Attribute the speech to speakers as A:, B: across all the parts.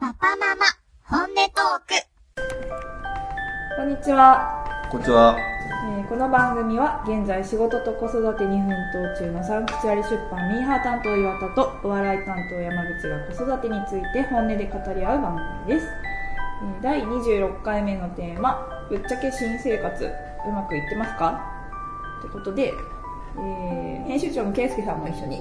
A: パパママ、本音トーク。
B: こんにちは、
C: こんにちは。
B: えーこの番組は現在仕事と子育てに奮闘中のサンクチュアリ出版ミーハー担当岩田とお笑い担当山口が子育てについて本音で語り合う番組です、えー第26回目のテーマ「ぶっちゃけ新生活うまくいってますか?」ということで、えー編集長の圭介さんも一緒に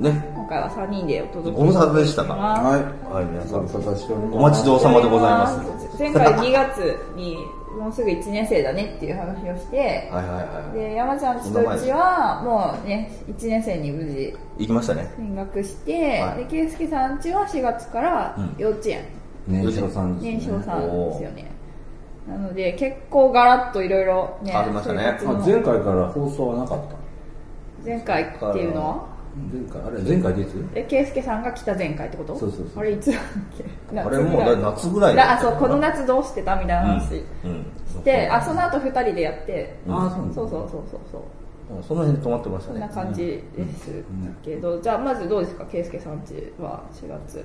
C: ね。
B: 今回は3人でお届け
C: ご無沙汰でしたか。
B: はい
C: はい、皆
D: い
C: さん。
D: しており
C: お待ちどうさまでございます。
B: 前回2月にもうすぐ1年生だねっていう話をして、
C: はいはいは
B: で山ちゃんちとうちはもうね1年生に無事
C: い。行きましたね。
B: 進学して、
C: はい
B: で圭介さんちは4月から
C: うん
B: 幼稚園、
D: 年少さんですね
B: 年少さんですよねなので結構ガラッといろいろね
C: ありましたね
B: 生活
D: あ
B: の
D: 前回から放送はなかった
B: 前回っていうのは
D: 前回あれ前回です
B: え圭介さんが来た前回ってこと
D: そうそうそう
B: あれいつだっけ
C: あれもうだ夏ぐらいだ
B: だあそうこの夏どうしてたみたいな話、
C: うん。うん
B: であその後2人でやって、
D: あそうなんだ
B: そうそうそうそうそう
C: うんその辺で止まってまし
B: そ
C: た
B: んな
C: ね。
B: 感じですけど、じゃあまずどうですか圭介さんちは4月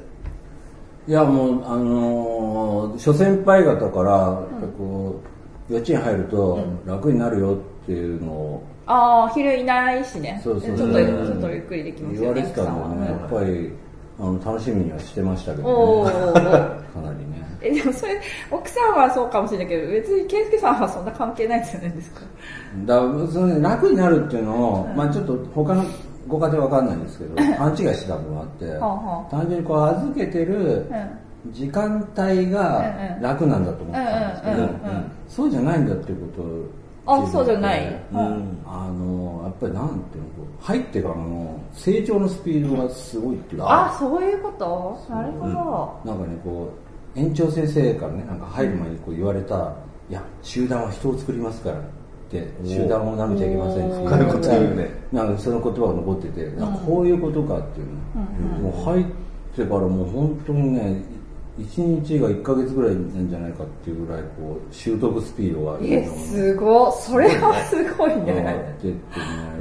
D: いやもうあのー諸先輩方からこう幼稚園入ると楽になるよっていうのを
B: ああ昼いないしね
D: そうそう
B: ちょっと
D: うん
B: ちょっとゆっくりできます
D: 言
B: よ
D: わ
B: ね
D: れてたのでね
B: 奥
D: やっぱりあの楽しみにはしてましたけ
B: さんはお
D: どね
B: ー
D: かなりね
B: えでもそれ奥さんはそうかもしれないけど別に圭介さんはそんな関係ないじゃないですか
D: だからそのね楽になるっていうのを、まあちょっと他のご家庭わかんないんですけど勘違いしてた部分があって
B: はあはあ
D: 単純にこう預けてる時間帯
B: うんう
D: が
B: ん
D: 楽なんだと思ってたんですけ
B: うん
D: ど
B: うんうんうん
D: そうじゃないんだっていうこと
B: あ
D: を
B: そうじゃない、
C: う
B: はい
C: ん。
D: あのやっぱりなんていうのこう入ってからの成長のスピードがすごいっていうか
B: あそういうことなるほど、
D: なんかねこう園長先生からねなんか入る前にこう言われた、いや集団は人を作りますからって
C: おー
D: 集団を舐めちゃいけませんって
C: 深いこと言うね
D: なんかその言葉が残ってて、あこういうことかっていうの、もう入ってからもう本当にね1日が1ヶ月ぐらいなんじゃないかっていうぐらいこう習得スピードがある
B: えすごいそれはすごい
D: 上がっ
B: ね
D: てってね、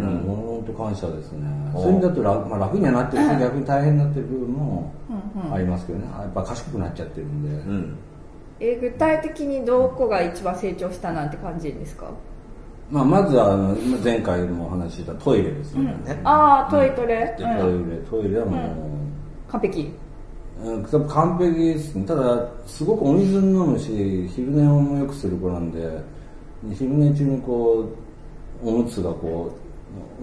C: うん
D: 本当感謝ですね。
C: お
D: そういう意味だと楽,、まあ、楽にはなってるし、逆に大変になってる部分もありますけどね、やっぱ賢くなっちゃってるんで、
C: うん。
B: え具体的にどこが一番成長したなんて感じですか
D: まあ、まずはあの今前回もお話ししたトイレですね。
C: ね
B: ああトイトレ、う
D: で
B: ん
D: トイレ、トイレはもう、
B: 完璧
D: うん多分完璧ですね。ただ、すごくお水飲むし、昼寝もよくする子なんで、昼寝中にこう、おむつがこ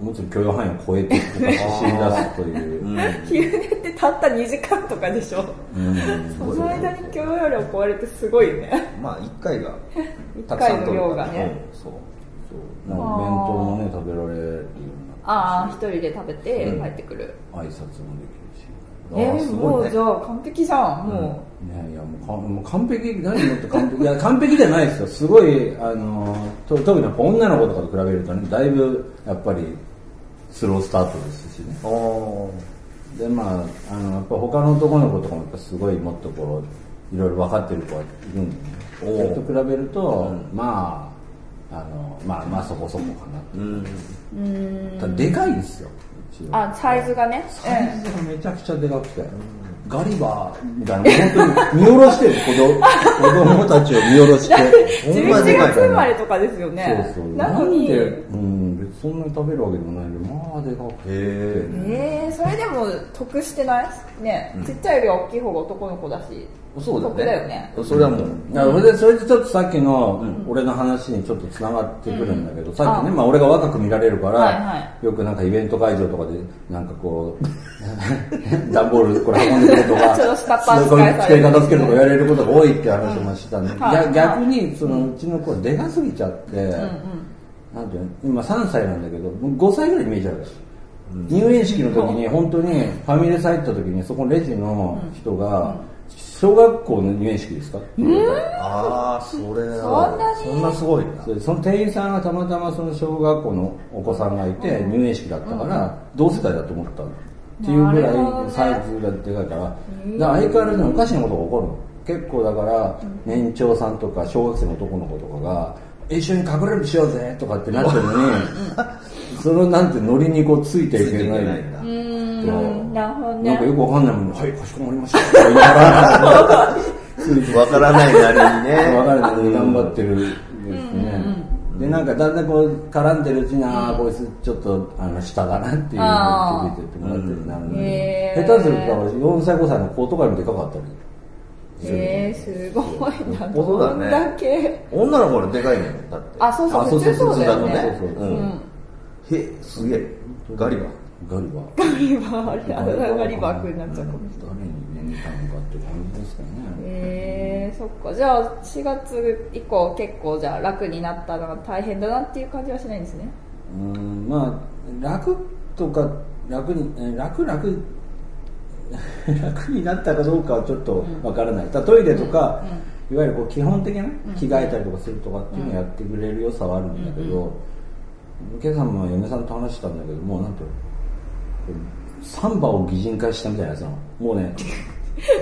D: う、おむつの許容範囲を超えて、走り出すという。
B: 昼寝ってたった2時間とかでしょ
D: うん
B: その間に許容量超えるってすごいよね
C: まあ、一回が、
B: 一
C: たくさ
B: 回
C: ん
B: の
C: 取る
B: 量
C: か
B: が
C: ら。
B: ね
C: うんそう。
D: そうなんか弁当もね食べられるよ
B: ああ一人で食べて
C: うん
B: 帰ってくる、
D: うな挨拶もできるし
C: あ
B: え
C: ー
B: ー
C: す
B: も
C: ご
B: う
C: い
B: じ
C: ね。
B: ゃあ完璧じゃんも
D: ねいやもうかもう完璧何もって完璧いや完璧じゃないですよすごいあのと特にやっぱ女の子とかと比べるとねだいぶやっぱりスロースタートですしね
C: あー
D: でまああのやっぱ他の男の子とかもやっぱすごいもっとこういろいろ分かってる子がいるんでねそ
C: お
D: れ
C: う
D: と比べると、
C: うん
D: まああのまあまあそこそこかなって
C: うん。
B: ううーん
D: ただでかいんですようちは
B: あサイズがね
D: サイズがめちゃくちゃでかくて、ガリバーみたいな、本当に見下ろしてる、 子 供子供たちを見下ろして、
B: うん
C: ほんま
B: 11
C: でかい
B: 月生まれとかですよね
D: そうそう。
B: なのに
D: なんで、うん、別にそんなに食べるわけでもないのに、まあでかくて。
C: へえ。
B: えー、それでも得してないね、ちっちゃいよりは大きい方が男の子だし
C: そうだね。
B: 得だよね
C: それはもう、
D: だからそれで、それでちょっとさっきの、俺の話にちょっと繋がってくるんだけど、さっきね、
B: あ
D: まあ俺が若く見られるから、
B: はいは
D: よくなんかイベント会場とかで、なんかこう、 段ボールこれ運んでくると か、
B: ちょっと下っ端
D: こう
B: 扱いされてる
D: 机片付けるとか言われることが多いって話もしてたんで、
B: ん
D: 逆
B: はい
D: 逆にそのうちの子はでかすぎちゃって、なんていうの今3歳なんだけど、5歳ぐらいに見えちゃうから。入園式の時に本当にファミレス入った時にそこのレジの人が小学校の入園式ですかって言われたの
C: ああ、それ
B: そんなに
C: そんなすごいな。
D: でその店員さんがたまたまその小学校のお子さんがいて入園式だったから同世代だと思ったっていうぐら
B: なるほど
D: い
B: ね
D: サイズがでかいからだから相変わらずねおかしなことが起こるの結構だから年長さんとか小学生の男の子とかが一緒に隠れるしようぜとかってなってるのにそのなんてノリにこうついていけ
C: ついていけ
D: な
C: ないいんだ
B: うーん
D: けど、
B: うんなるほどね
D: なんかよくわかんないもん、はい、かしこまりました。わからない。
C: わからないなりにね。
D: わかるのに頑張ってるんですね。で、なんかだんだんこう、絡んでるうちに、ああ、こいつちょっと、あの、下だなっていうのに気づいてってもらってるなるんで
B: へー
D: 下手すると、だから4歳、5歳の子とかよりもでかかったり。
B: えー、すごいな。
C: そうだね
B: どんだけ。
C: 女の子よりでかいねんだって。
B: あ、そうそう、普通そうだよ
C: 普通
B: ね
C: だと。ね
D: そうそうう。
C: ん。へえ、すげえ。ガリバ。
D: ガリバー。
B: ガリバー、あ ガリバーくになっちゃうかもしれない。
D: 誰にね、似たのかって感じですかね。
B: えー、そっか。じゃあ、4月以降結構じゃあ楽になったのが大変だなっていう感じはしないんですね。
D: うーんまあ楽とか楽にえ楽楽 楽になったかどうかはちょっとわからない、ただトイレとか、いわゆるこう基本的な着替えたりとかするとかっていうのをやってくれる良さはあるんだけど、今朝も嫁さんと話してたんだけどもうなんとサンバを擬人化したみたいなやつなのもう ね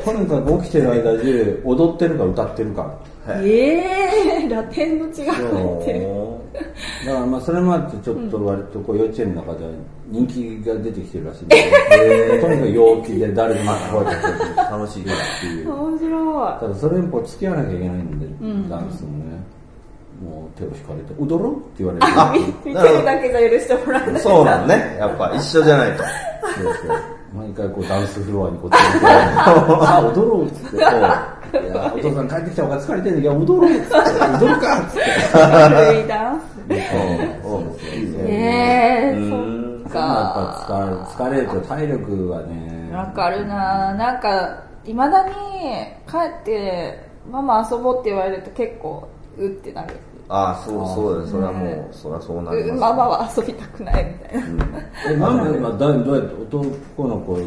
D: とにかく起きてる間中踊ってるか歌ってるか
C: はい
B: えー、ラテンの血が入ってる。
D: だからまあそれもあってちょっと割とこう幼稚園の中では人気が出てきてるらしいんだけどとにかく陽気で誰でも囲われてくれて楽しいっていう
B: 面白
D: ただそれにこう付き合わなきゃいけないんで、ダンスもねもう手を引かれて「踊ろう?」って言われて
C: あ
B: い。見てるだけじゃ許してもらえない。
C: そうなのね。やっぱ一緒じゃないと。
D: そうそう毎回こうダンスフロアにこう連れてあ踊ろう」っつってこういや「お父さん帰ってきた方が疲れてるんだけど踊ろう」っつって「踊るか」っつって
B: 古いダンス。
C: うんうんいい
B: え
C: ね。
B: ー、
C: うん
B: そっ
D: や
B: か
D: っ。ぱ疲れ疲れると体力はね
B: わかるなぁなんか、いまだに帰って、ママ遊ぼうって言われると結構、うってなる。
C: ああ、そう、そうだね。それはもう、そりゃそうなり
B: う
C: ます。
B: ママは遊びたくないみたいな。
D: え、ママはだどうやって、男の子、ど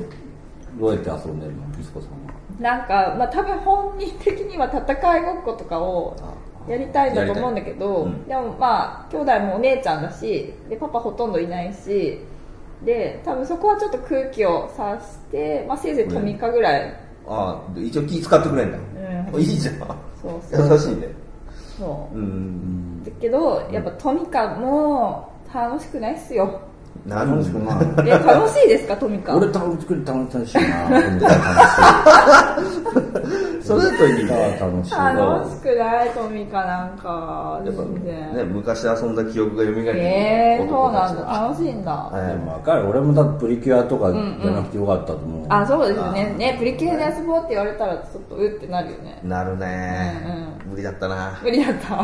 D: うやって遊んでるの息子さんは。
B: なんか、まあ多分本人的には戦いごっことかをやりたいんだと思うんだけど、
C: やり
B: でもまあ、兄弟もお姉ちゃんだし、で、パパほとんどいないし、で、多分そこはちょっと空気を察して、まあせいぜいトミカぐらい、
C: ああ、一応気使ってくれんだ。
B: うん
C: いいじゃん。
B: そうそう。
C: 優しいね。
B: そうう。
C: ん。
B: だけど、やっぱトミカも楽しくないっすよ。
C: なん
D: 楽
C: で
D: しく
C: も
D: な。
C: ない
B: え、楽しいですか、トミ カ。
D: 俺、楽しく楽しいな、みたいな話。
C: それだといいね。
D: 楽しい
B: 楽しくない、トミカなんか。
C: やっぱ
B: 全然
C: ね、昔遊んだ記憶が蘇ってくる
B: えー、そう
C: 男た
B: な
C: ち
B: ん
C: が
B: だ。楽しいんだ。
D: でも分かる、俺もだってプリキュアとかじゃなくてよかったと思う。
B: あ、そうですよね。ね、プリキュアで遊ぼうって言われたら、ちょっとうってなるよね。
C: なるね、
B: う
C: 無理だったな
B: 無理だった。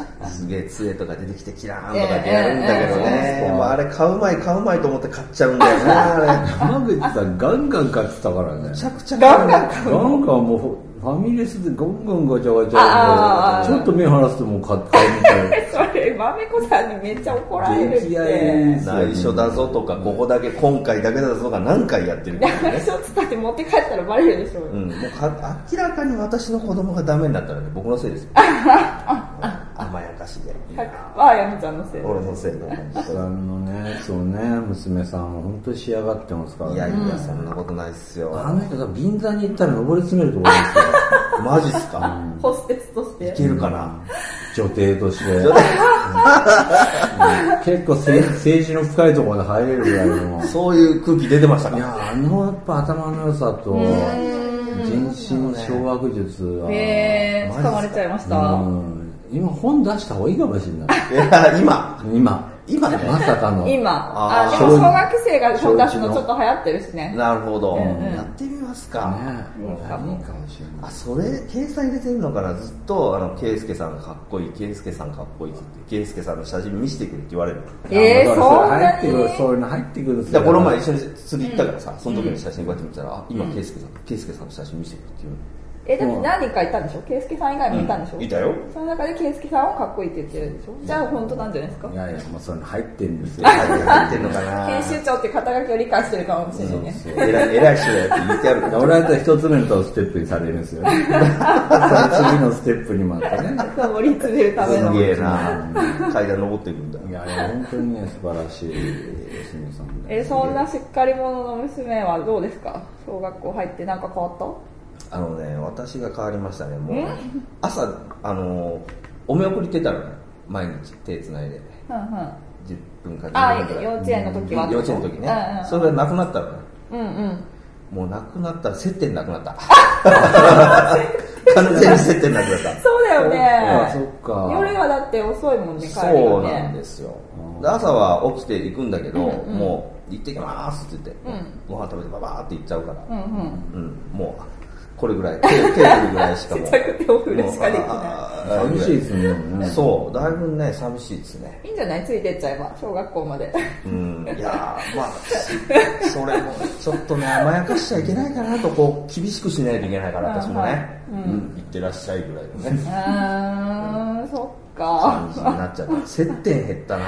C: うんすげえ杖とか出てきてキラーンとかってやるんだけどね、
D: うんうんうん
C: もうあれ買うまい買うまいと思って買っちゃうんだよ なあれ
D: 山口さん、ガンガン買ってたからね
C: め。ちゃくちゃ
B: ガンガン
C: ン
D: ガンガンもうファミレスでガンガンガチャガチ
B: あー
D: ャちょっと目離すともう買って買うみたい
B: それ、まめこさんにめっちゃ怒られるって。
D: 激ア ツ
C: 内緒だぞとかここだけ今回だけだぞとか何回やってるか
B: だ
C: ら
B: か
C: ね
B: ら、ちょっとだって持って帰ったらバレるでしょ。
C: うん、もうか明らかに私の子供がダメになったらね僕のせい ですよ甘やかし で
B: 100%あやみちゃんのせい。
C: 俺のせいだ
D: な。さんのね、そうね、娘さんは本当に仕上がってますからね。
C: いやいやそんなことないっすよ
D: あの人が銀座に行ったら登り詰めるところですよ。
C: マジっすか
B: ホステスとして。
C: いけるかな
D: 女帝として。うん結構せ政治の深いところまで入れるぐらいの。
C: そういう空気出てましたか
D: いや、あのやっぱ頭の良さと、人身掌握術は、
B: へえー、
C: マジっすか
B: 掴まれちゃいまし
D: う
B: た。
D: ん今本出した方がいいかもしれない。
C: いや、今。
D: 今。
C: 今ね
D: まさかの。
B: 今。あ
C: あ
B: で
C: ー
B: も小学生が
D: 小
B: 本出
D: 一
B: すの
D: の
B: ちょっと流行ってるしね。
C: なるほど。
B: うん
C: やってみますか。
D: ね
B: いいかも
D: いいかもしれない。
C: あ、それ、計算入れてるのかなずっと、あの、ケイスケさんがかっこいい、ケイスケさんかっこいいって言って、ケイスケさんの写真見せてくれって言われる。
B: えー
D: だから
B: そんなに
D: そういうの入ってくる、そういうの入ってくるんです
C: じゃ
D: よ。
C: あ、この前一緒に釣り行ったからさ、その時の写真こうやって見たら、あ、今、ケイスケさん、ケイスケさんの写真見せてくれって言うの。
B: え、だって何人かいたんでしょ圭介さん以外もいたんでしょ、
C: うんいたよ
B: その中で圭介さんをかっこいいって言ってるでしょじゃあ本当なんじゃないですか
D: いやいや、もうそういうの入ってるんですよ。
C: 入ってんのかな
B: 編集長っていう肩書きを理解してるかもしれないね。
C: そう偉い、偉い人だよって言ってやるから。
D: 俺だったら一つ目のステップにされるんです よ。その次のステップにもあってね。
B: そう、盛り詰めるための。
C: すげえな階段登っていくんだ。
D: いやいや、本当にね、素晴らしい娘さんで。
B: え、そんなしっかり者の娘はどうですか小学校入ってなんか変わった
C: あのね、私が変わりましたね、もう、朝、あのーお見送り行ってたらね、毎日手つないで。
B: うんうん。
C: 10分か
B: あ
C: 15分ぐらい
B: 幼稚園の時は
C: 幼稚園の時ね、
B: うんうん
C: それがなくなったのね
B: うんうん
C: もうなくなったら接点なくなった 完全に接点なくなった
B: そうだよね
D: そっか
B: 夜はだって遅いもんね帰りがね
C: そうなんですよ
D: うん。
C: で朝は起きて行くんだけど、
B: うんうん
C: もう行ってきますって言って、ご飯食べてババーって行っちゃうから、
B: うんうん
C: うんもうこれぐらい、手手振るぐらいしか もう。
B: ちっちゃく手を振るしかできない
C: もう
D: 寂しいです。ねでも
C: あ
D: ね
C: ーそう、だいぶね、寂しいですね。
B: いいんじゃないついてっちゃえば小学校まで
C: うん、いやー、まあ、そ れも、ちょっとね、甘やかしちゃいけないかなと、こう、厳しくしないといけないから、私もね、
B: うん
C: うん、行ってらっしゃいぐらいのね、
B: あーそっ
C: 感
B: か
C: じになっちゃった。接点減ったな。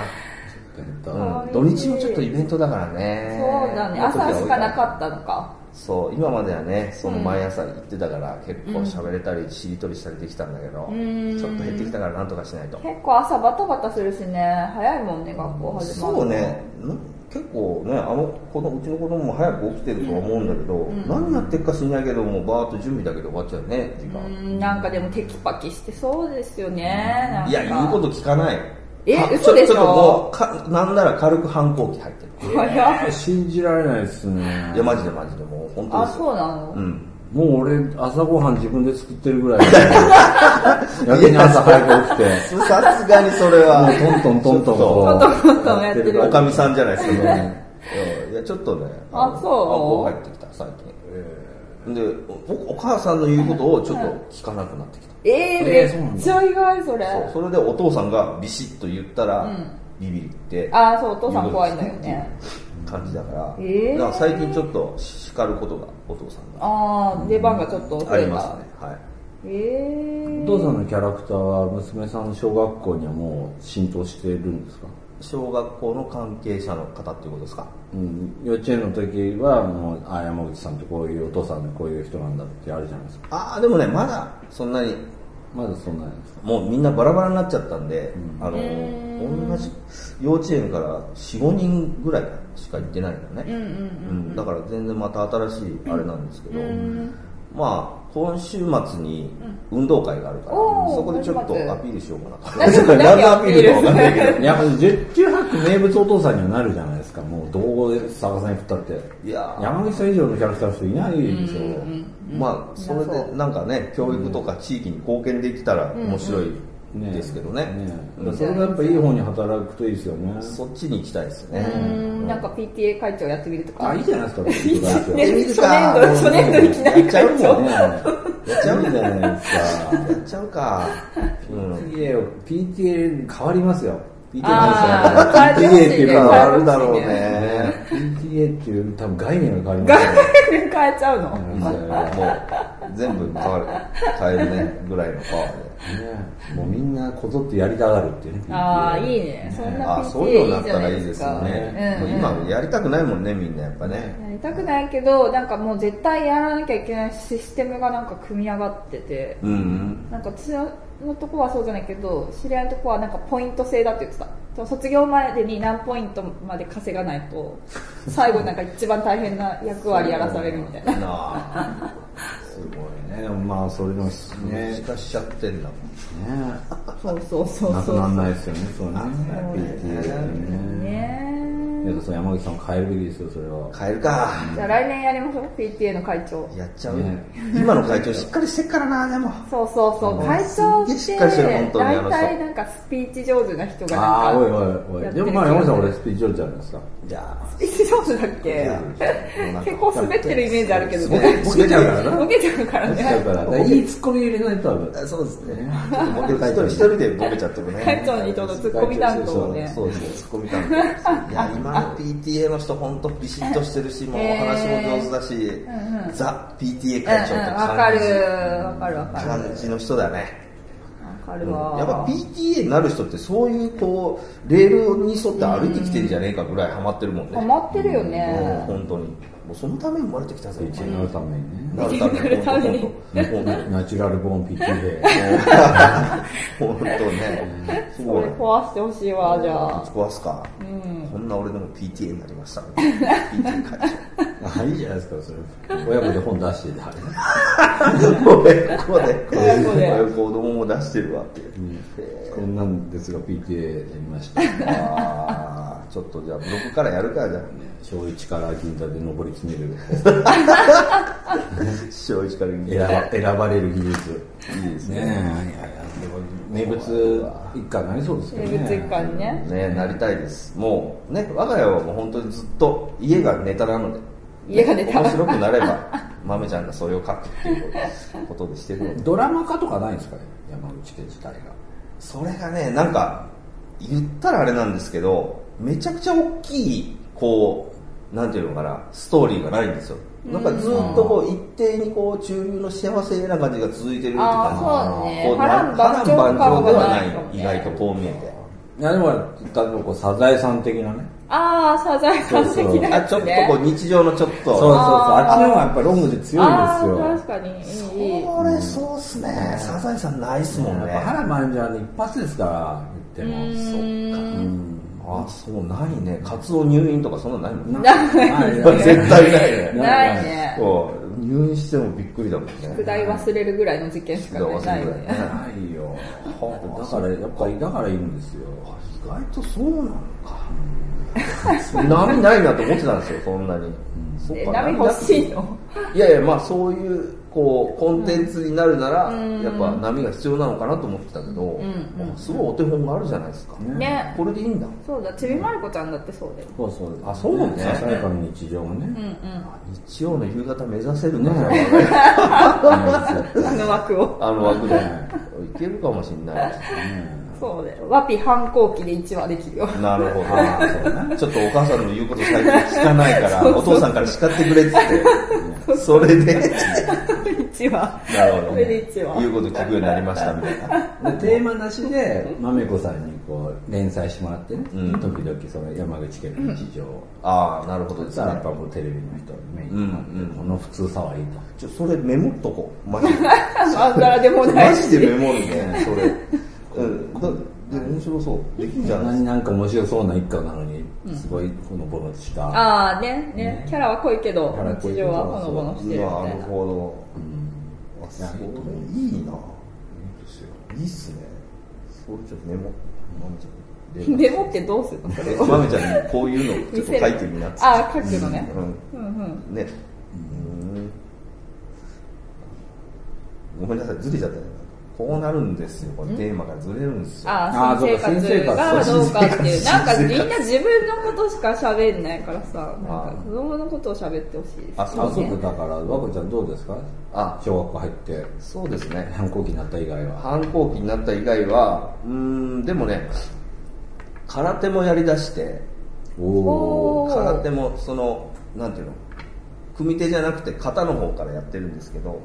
C: うん、土日もちょっとイベントだからね。
B: そうだね朝しかなかったのか
C: そう、今まではね、その毎朝行ってたから、結構喋れたり、しりとりしたりできたんだけど、
B: ん
C: ちょっと減ってきたから、なんとかしないと。
B: 結構朝バタバタするしね早いもんね学校始まるの
C: そうね、ん結構ね、あの子のうちの子供も早く起きてるとは思うんだけど、何やってるか知んないけど、もうバーっと準備だけで終わっちゃうね、時
B: う
C: 間。
B: んなんかでもテキパキしてそうですよねなんか
C: いや、言うこと聞かない。
B: え
C: か
B: 嘘でしょ
C: ちょちょっともうか、なんなら軽く反抗期入ってる。
B: 早い
D: 信じられないですね
C: いや、マジでマジで、もう本当
B: あ
C: ですよ。
B: そうなの、
C: うん。
D: もう俺朝ごはん自分で作ってるぐらいやけに朝早く起きて
C: さすがにそれは。
D: もうトントントン
C: ちょっ
D: トン
B: トントントンやってる
C: おかみさんじゃないですか、
D: ね
C: うんいや、ちょっとね、
B: あ
C: の
B: そう
C: 青入ってきた、最近。でお、お母さんの言うことをちょっと聞かなくなってきた。
B: えー、
D: えーそうなんだ
B: めっちゃ意外それ
C: そう、それでお父さんがビシッと言ったら、
B: うん
C: ビビって、
B: ああそうお父さん怖いのよね
C: 感じだから、
B: えー
C: だから最近ちょっと叱ることが、お父さんが
B: ああ出番がちょっと遅
C: あ
B: れ
C: り
B: た、
C: ますね。はい。
B: えー、
D: お父さんのキャラクターは娘さんの小学校にはもう浸透してるんですか、
C: 小学校の関係者の方っていうことですか
D: うん、幼稚園の時はもうあ山口さんってこういうお父さんってこういう人なんだってあるじゃないですか
C: ああ、でもね、まだそんなに
D: まだそんなに ですか
C: もうみんなバラバラになっちゃったんで、
D: ん
C: あの
B: へ
C: 同じ幼稚園から45人ぐらいしか行ってないのね、
B: うんうん
C: うんだから全然また新しいあれなんですけど、
B: うん
C: まあ今週末に運動会があるから、
B: おー
C: そこでちょっ
B: 今週末
C: とアピールしようかなと
B: 何を
C: 何のアピールかわかんないけ
B: アピール
C: ど
B: する
D: いや十中八九名物お父さんにはなるじゃないですかもうどこで逆さに振ったって
C: いやー
D: 山口さん以上のキャラクターの人いないでしょ、
C: まあそれでなんかね教育とか地域に貢献できたら面白い
D: ね
C: ですけどね,、
D: えそれがやっぱいい方に働くといいですよね
C: そっちに行きたいです
B: う
C: ね、
B: んなんか PTA 会長やってみるとか
D: あいいじゃないですか僕
B: いいです ね
C: いいですか
B: 初年度初年度いきなり
D: やっちゃうもんねやっちゃうんじゃないです
C: やっちゃうか、うん、
D: か PTA を PTA 変わりますよ PTA
B: あー
D: 何です
B: 変え
D: よ PTA
B: てほしいね変えてほしいね
C: ある
D: っていうか
C: だろうね。
D: PTA っていう多分概念が変わります よ
B: 変えちゃうの、
D: うん
C: もう全部変わる、変えるねぐらいのパワーで。
D: ねもうみんなこぞってやりたがるっていうね
B: ああいいねそんな
C: あ
B: PTA
C: そういうの
B: い
C: になっ
B: じゃ
C: た
B: な
C: ら
B: い
C: いい
B: で
C: ですす
B: か
C: よね。
B: う
C: も
B: ん
C: う
B: うん
C: 今やりたくないもんね、みんなやっぱね。
B: やりたくないけどなんかもう絶対やらなきゃいけないシステムがなんか組み上がってて
C: うんうん。
B: なんか私のとこはそうじゃないけど知り合いのとこはなんかポイント制だって言ってたその卒業までに何ポイントまで稼がないと最後なんか一番大変な役割やらされるみたいな
C: なあ。すご
D: ねまあそれでも
C: いね。
D: ね
C: しかしちゃってんだもん。
D: ね
B: そうそうそう
D: なく
B: そ
D: なら
B: う
D: ないですよねそうね
B: そう
D: PTA
C: です
D: ってね
B: ね
D: いやそう山口さんを変えるべきですよそれは
C: 変えるか。
B: じゃあ来年やりましょう PTA の会長
C: やっちゃう
D: ね。
C: 今の会長しっかりしてっからな、でも。
B: そうそうそう
C: うん
B: 会長って
C: すっげえしっかりしてる本当にあ
B: 大
C: の人
B: 体なんかスピーチ上手な人が
D: ああ
B: な
D: おい
B: んか
D: おいお
B: や
D: い
B: って
D: で
B: る
D: もまあ山口さん俺スピーチ上手じゃないですか
C: じゃあ。
B: スピーチ上手だっ
C: い
B: け
C: やもうなんか
B: 結構滑ってるイメージあるけど
C: 滑
B: ね
C: る滑っちゃうからな
B: ボケちゃうから
D: だか
B: ね
D: らだからいいツッコミ入れないと多分
C: あそうですね。ちょっとボケ一人一人でボケちゃってるね。
B: 会長にとのツッコミ担当をね
C: そうですね、ツッコミ担当です。いや、今の PTA の人、本当ビシッとしてるし、もうお話も上手だし、
B: んうん
C: ザ・
B: うん
C: PTA
B: うん
C: 会長って感じ、
B: わかるわかるわかるわ
C: 感じの人だね。
B: か
C: や
B: る
C: っ
B: わ
C: ぱ PTA になる人って、そういうこう、レールに沿って歩いてきてんじゃねえかぐらいハマってるもんね。
B: ハマってるよ
C: うん
B: ね
C: 本当に。もうそのために生まれてきたぜ、
D: PTA になるためにね
C: なるために。
B: ために
C: 本当本当
D: ナチュラルボーン PTA で
C: 本当ね。す
B: そ
C: ごい
B: れ。壊してほしいわじゃあ
C: 壊すか。こんな俺でも PTA になりました、ね。PTA 会長。
D: あいいじゃないですかそれ親子で本出しててあれ
C: これこれこ
B: れこれ
C: 子供も出してるわっていう
D: こんなんですが PTA やりました
C: ああちょっとじゃあブロックからやるかじゃあ
D: 小一から銀座で上り詰める
C: 小一から見て
D: 選ば選ばれる技術
C: いいです
D: ね
C: ね
D: えいやいや名物一家になりそうですけどね
B: 名物一家にね
C: ねなりたいですもうね我が家はもう本当にずっと家がネタなので
B: 家がネタ
C: 面白くなれば豆ちゃんがそれを書くっていうことでしていくので
D: ドラマ化とかないんですかね山口家自体が
C: それがねなんか言ったらあれなんですけどめちゃくちゃ大きいこうなんていうのかなストーリーがないんですよなんかずっとこう一定にこう中流の幸せな感じが続いてるって感じ
B: あーそうね
C: こ
B: 波乱
C: な
B: 万丈
C: 波乱万丈ではな
B: 感は
C: い
B: ない
C: 意外とこう見えて
D: いやでも例えばこうサザエさん的なね
B: ああ、サザエさん的な
C: あ
B: や
C: ち
B: つ
C: ょっと
B: ね。
C: こう日常のちょっ
D: そう
C: と
D: そうそうあっちの方がやっぱロングで強いんですよ
B: あー確かに。いいいい
C: これそうっすねサザエさんないっすもんね
D: やっぱ原万丈はね一発ですから言っても
C: うんあそうないねカツオ入院とかそんなないもんね
D: ないですね
C: 絶対ないね
B: ないね。
C: そう入院してもびっくりだもんね
B: 宿題忘れるぐらいの事件しかねないよね。
D: ないよだからやっぱりだからいいんですよ
C: 意外とそうなのか波ないなと思ってたんですよそんなに、そっ
B: え
C: か
B: 波欲しいの
C: いやいやまあそういうこうコンテンツになるなら、
B: うん
C: やっぱ波が必要なのかなと思ってたけ
B: ん
C: ど、あすごいお手本があるじゃないですか、
B: ね。
C: これでいいんだ
B: そうだ、ちびまる子ちゃんだってそうだよ。
D: そうそう
C: あそうなんですね
D: ささやかな日常がね
B: うんうん。
C: 日曜の夕方目指せるかじ
D: ね
C: ゃあ
B: あの枠を。
C: あの枠でいけるかもしんない
B: そうだよ。ワピ反抗期で1話できるよ。
C: なるほどちょっとお母さんの言うこと最近聞かな いからお父さんから叱ってくれっつってそれで
B: 1話。
C: なるほど
B: それで1話。
C: 言うこと聞くようになりましたみ たいな
D: でテーマなしでまめこさんにこう連載してもらってね、
C: うん
D: 時々その山口県の日常を、
C: ああなるほど
D: そ
C: で
D: し
C: す
D: たらや
C: ね
D: っぱこうテレビの人メイン
C: うんうん
D: この普通さはいいと
C: ちょそれメモっとこうマ ジで
B: あんざらでもな
C: マ
B: いし。
C: ジでメモるねそれ うんだで面白そうできんじゃ
D: あんな
C: ない
D: になんか面白そうな一家なのにすごいほのぼのとした、
B: ああ、ね、ね。キャラは濃いけど
D: キャラ、濃い
B: 日
D: けど
B: 常はほのぼのしてるみ
C: な
B: た
C: る
B: いな。
C: ほどあ
D: いや
C: それいいなですよいいっすねそれちょっとメモマメちゃん に
B: メモってどうするのそれ
C: え
B: を。
C: マメちゃんにこういうのをちょっと書いてみなっつって
B: ああ、書くのね。
C: う
B: うんうん。
C: んねうんごめんなさいずれちゃったねこうなるんですよこれテーマがずれるんですよ
B: ああ、
D: あー
B: 新生活がどうかっていう。
C: そう
B: な
C: か
B: んか
C: 新生活
B: みんな自分のことしか喋んないからさ、なん
C: あ
B: か
C: ー
B: 子供のことを喋ってほしいです。
C: あ
D: あ
C: そ
D: そう
C: ね
D: うだから和子ちゃんどうですか
C: あ
D: 小学校入って
C: そうですね
D: 反抗期になった以外は
C: 反抗期になった以外はうーんでもね空手もやりだして
D: お
B: お
D: お
B: ー
C: 空手もそのなんていうの組手じゃなくて型の方からやってるんですけど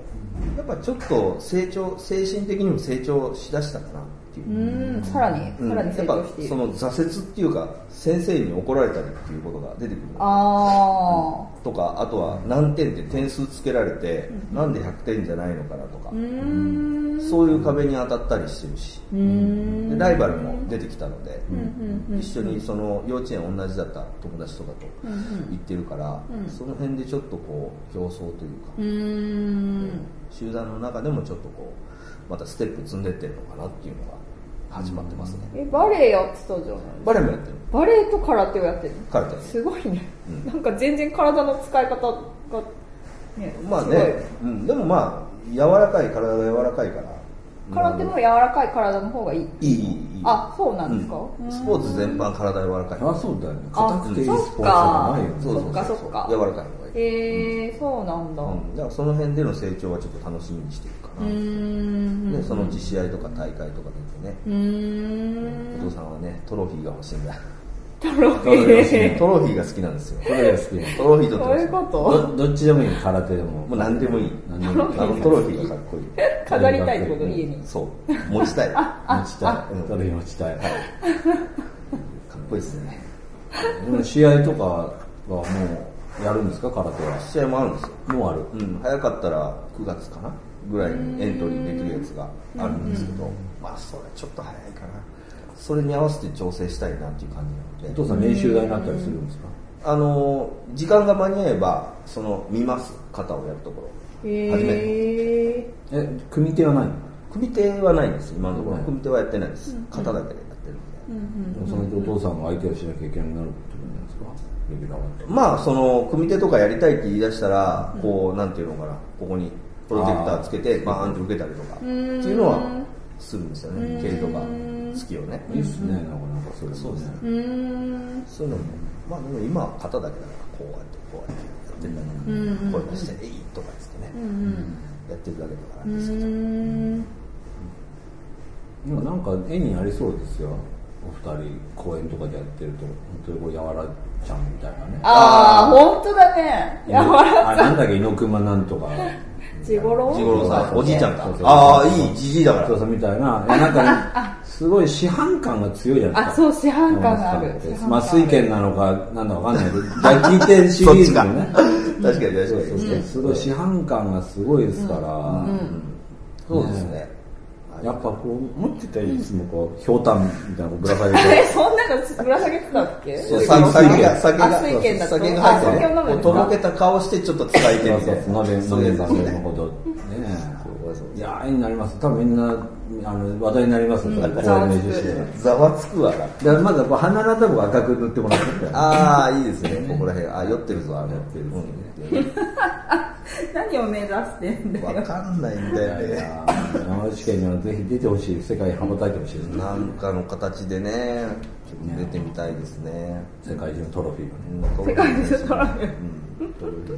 C: やっぱちょっと成長精神的にも成長しだしたかなっていう
B: うーん、さらに、
C: うん
B: さらに成
C: やっ
B: 長
C: ぱ
B: してい
C: そ
B: る。
C: の挫折っていうか先生に怒られたりっていうことが出てくる
B: あ
C: とかあとは何点って点数つけられて、なんで100点じゃないのかなとか、
B: あ。うーん。
C: そういう壁に当たったりしてるし、
B: うーん。
C: でライバルも出てきたので、
B: うんうん
C: 一緒にその幼稚園同じだった友達とかと行ってるから、その辺でちょっとこう競争というか、
B: うーん。
C: 集団の中でもちょっとこうまたステップ積んでってるのかなっていうのが始まってますね、
B: え、バレエやってたじゃない
C: バレエもやってる
B: バレエと空手をやってるの
C: 彼たち
B: すごいね。なんか全然体の使い方が、ね、
C: まあ
B: す
C: ね
B: ごい、
C: うん、でもまあ柔らかい体が柔らかいから
B: 空手も柔らかい体の方がいい。
C: いいいいいい
B: あ、そうなんですか、
C: うんスポーツ全般体柔らかい
D: あそうだよね
B: あ
D: 硬くていいスポーツじゃないよね
B: そっかそっか
C: 柔らかいのがいい、
B: えー、そうなんだ。う
C: うん、だからその辺での成長はちょっと楽しみにしてるか
B: ーん。
C: な、でそのうち試合とか大会とか出てね、
B: うーん。
C: お父さんはねトロフィーが欲しいんだ
B: トロフ
D: トロフィー
B: ィ
D: 欲しい
B: ー
D: ね。
C: トロフィーが好きなんですよ
D: これが好きな
C: トロフィーとって
B: どういう
C: ま
B: こ
D: どどっちでもいい空手でも
C: すもう何でもいい
D: 何でもいい
C: あのトロフィーがかっこいい
B: と飾りたいってこと家に。
C: そう持ちたいか
D: 持ちた
C: うん
D: いトロフィー持ちたい
C: っこいいですね
D: でも試合とかはもうやるんですか空手は
C: 試合もあるんですよ
D: もうある
C: うん、早かったら9月かなぐらいにエントリーできるやつがあるんですけど、まあそれちょっと早いかなそれに合わせて調整したいなっていう感じな
D: お
C: ので
D: 父さん練習台になったりするんですか
C: あの時間が間に合えばその見ます肩をやるところ初め
B: へえ
D: え組手はないの
C: 組手はないんです今のところ、
D: はい
C: 組手はやってないです肩だけでやってるん
B: う
C: で、
B: んうん
D: そのうちお父さんも相手をしなきゃいけなくなるってことじゃないですかレギュラーは
C: まあその組手とかやりたいって言い出したら、こうなんていうのかなここにプロテクターつけてバーンって受けたりとかって
B: ーん
C: いうのはするんですよね毛とか
B: うん
C: 月をね
D: いいっすねなんかなんかそれも
C: そうですね
B: うーん
C: そういうのもまあでも今は肩だけだからこうやってこうやってやって
B: う
C: た
B: んうんうん
C: ら声出して「えい!」とかですね、
B: うん
C: やってるだけだから
B: う
C: なんですけど、
B: んう
D: でもなんか絵にありそうですよお二人公演とかでやってると本当にこうやわらちゃんみたいなね
B: ああ本当だねやわら
D: あなんだっけ猪熊なんとか
B: ちごろ
C: ジゴロさん、おじいちゃんか
D: そうそう。そう
C: ああ、いい、じじいだから
D: そう。そうみたいな、 なんか、すごい市販感が強いじゃないで
B: あ
D: すか。
B: そう市販感がある市販感
D: まあ、水軒なのか、なんだかわかんないけど、大利店シリ
C: そっ
D: ー
C: ち
D: ズ
C: が。
D: のね
C: 確。かに、確かに
D: そうそうそう。。すごい市販感がすごいですから、
C: そうですね。
D: やっぱこう、持ってたいつもこう、ひょうたんみたいな、こう、ぶら下げ
B: え
D: て。
B: そんなのぶら下げてたっけ
C: そう
D: 水
C: 酒
D: 水
C: 酒が、
D: 源
C: 酒
B: あ水源だ
C: が、
B: と
C: 酒が入って
B: あ酒を飲む
C: ね、
B: ん
C: こ
B: ですか
C: うとろけた顔してちょっと使い手
D: そ
C: み
D: う
C: た
D: そ
C: いうな。
D: そう、鍋、
C: そうで
D: 鍋
C: す
D: させるほど。ねえ。いやー、絵になります。多分みんな、あの、話題になりますよ。公演練習して
B: そう。
C: ざわつくわな。
D: だからまずはこう鼻の頭を赤く塗ってもらってみたいな。
C: ああ、いいですね、ここら辺。あ、酔ってるぞ、あの、酔ってるぞ。
B: 何を目指してんだ
C: わ
B: よ
C: かんないんだよ
D: い
C: ね。
D: やー山口県にはぜひ出てほしい、世界に羽ばたいてほしいですね。
C: なんかの形でね、出てみたいですね。
D: 世界中のトロフィーがね。
C: 世
B: 界中トラブル
C: うん、トロフィー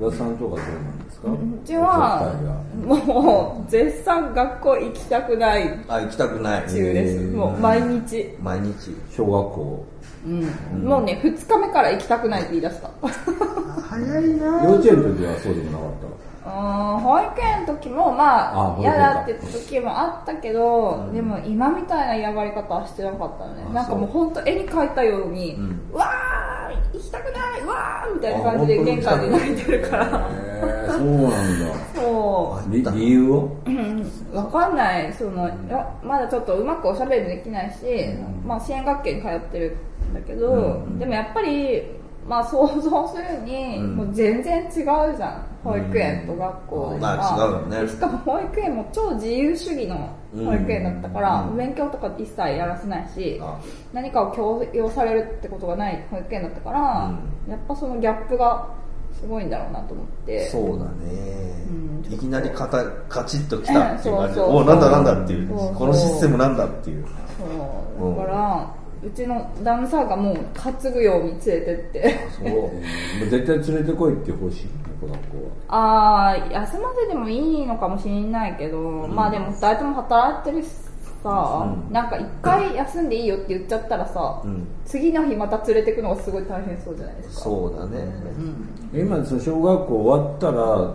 D: 岩田さんとかどうなんですか
B: うちはもう絶賛学校行きたくない
C: あ、行きたくない。
B: 中です
D: えー
B: もう毎日
C: 毎日。
D: 小学校。
B: うんもうね2日目から行きたくないって言い出 した
C: 早いな
D: 幼稚園の時はそうでもなかっ
B: うん保育園の時も
D: あ
B: まあ
D: 保育園
B: 嫌
D: か
B: だって時もあったけどでも今みたいな嫌がり方はしてなかったね
D: あ
B: なんかもう本当絵に描いたように、うわー行きたくないわーみたいな感じで
D: あ本当に
B: 玄関で泣いてるから
D: た。へえ、そうなんだ。
B: そ
D: り 理由を
B: うわかんないそのいやまだちょっとうまくおしゃべりもできないし、まあ、支援学級に通ってるんだけど、でもやっぱり、まあ、想像するに、もう全然違うじゃん保育園と学校
C: うん
B: が、
C: まあ違うよね
B: でしかも保育園も超自由主義の保育園だったから、勉強とか一切やらせないし
C: あ
B: 何かを強要されるってことがない保育園だったから、やっぱそのギャップがすごいんだろうなと思って。
C: そうだね、
B: うん
C: いきなりカタカチッときたっていう感じで、
B: そうそう
C: おなんだなんだっていう
B: そうそう
C: このシステムなんだっていう
B: そうだから、うちのダンサーがもう担ぐように連れてって
D: そう。もう絶対連れてこいっていう方針、小学校 は。
B: ああ休ませてもいいのかもしれないけど、まあでも2人とも働いてるしさ、なんか1回休んでいいよって言っちゃったらさ、
C: ん
B: 次の日また連れてくのがすごい大変そうじゃないですか
C: そうだね、
D: 今、その小学校終わったら、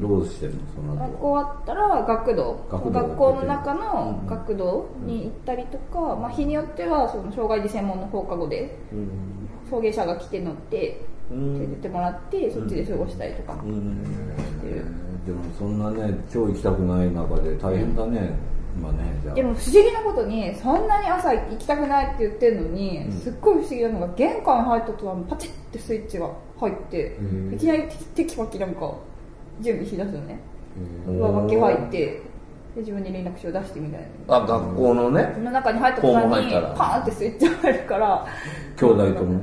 D: どうしてるのその
B: 学
D: 後
B: 校
D: は。
B: 終わったら学童
D: 学童
B: 学校の中の学童に行ったりとか、まあ、日によってはその障害児専門の放課後で
C: うん
B: 送迎車が来て乗って
C: うん
B: 連れてってもらってそっちで過ごしたりとか
C: うん
B: してる、
D: でもそんなね、今日行きたくない中で大変だね、今ね、じゃあ。
B: でも不思議なことにそんなに朝行きたくないって言ってるのに、すっごい不思議なのが玄関入った途端パチッてスイッチが入って、いきなりテキパキなんか準備しだすのね上書き入ってで自分に連絡書を出してみたいな
C: あ学校のね
B: その中に入った途
C: 校門
B: 端
C: 入
B: に
C: っ
B: パ
C: たら
B: ーンってスイッチが入るから
D: 兄弟とも。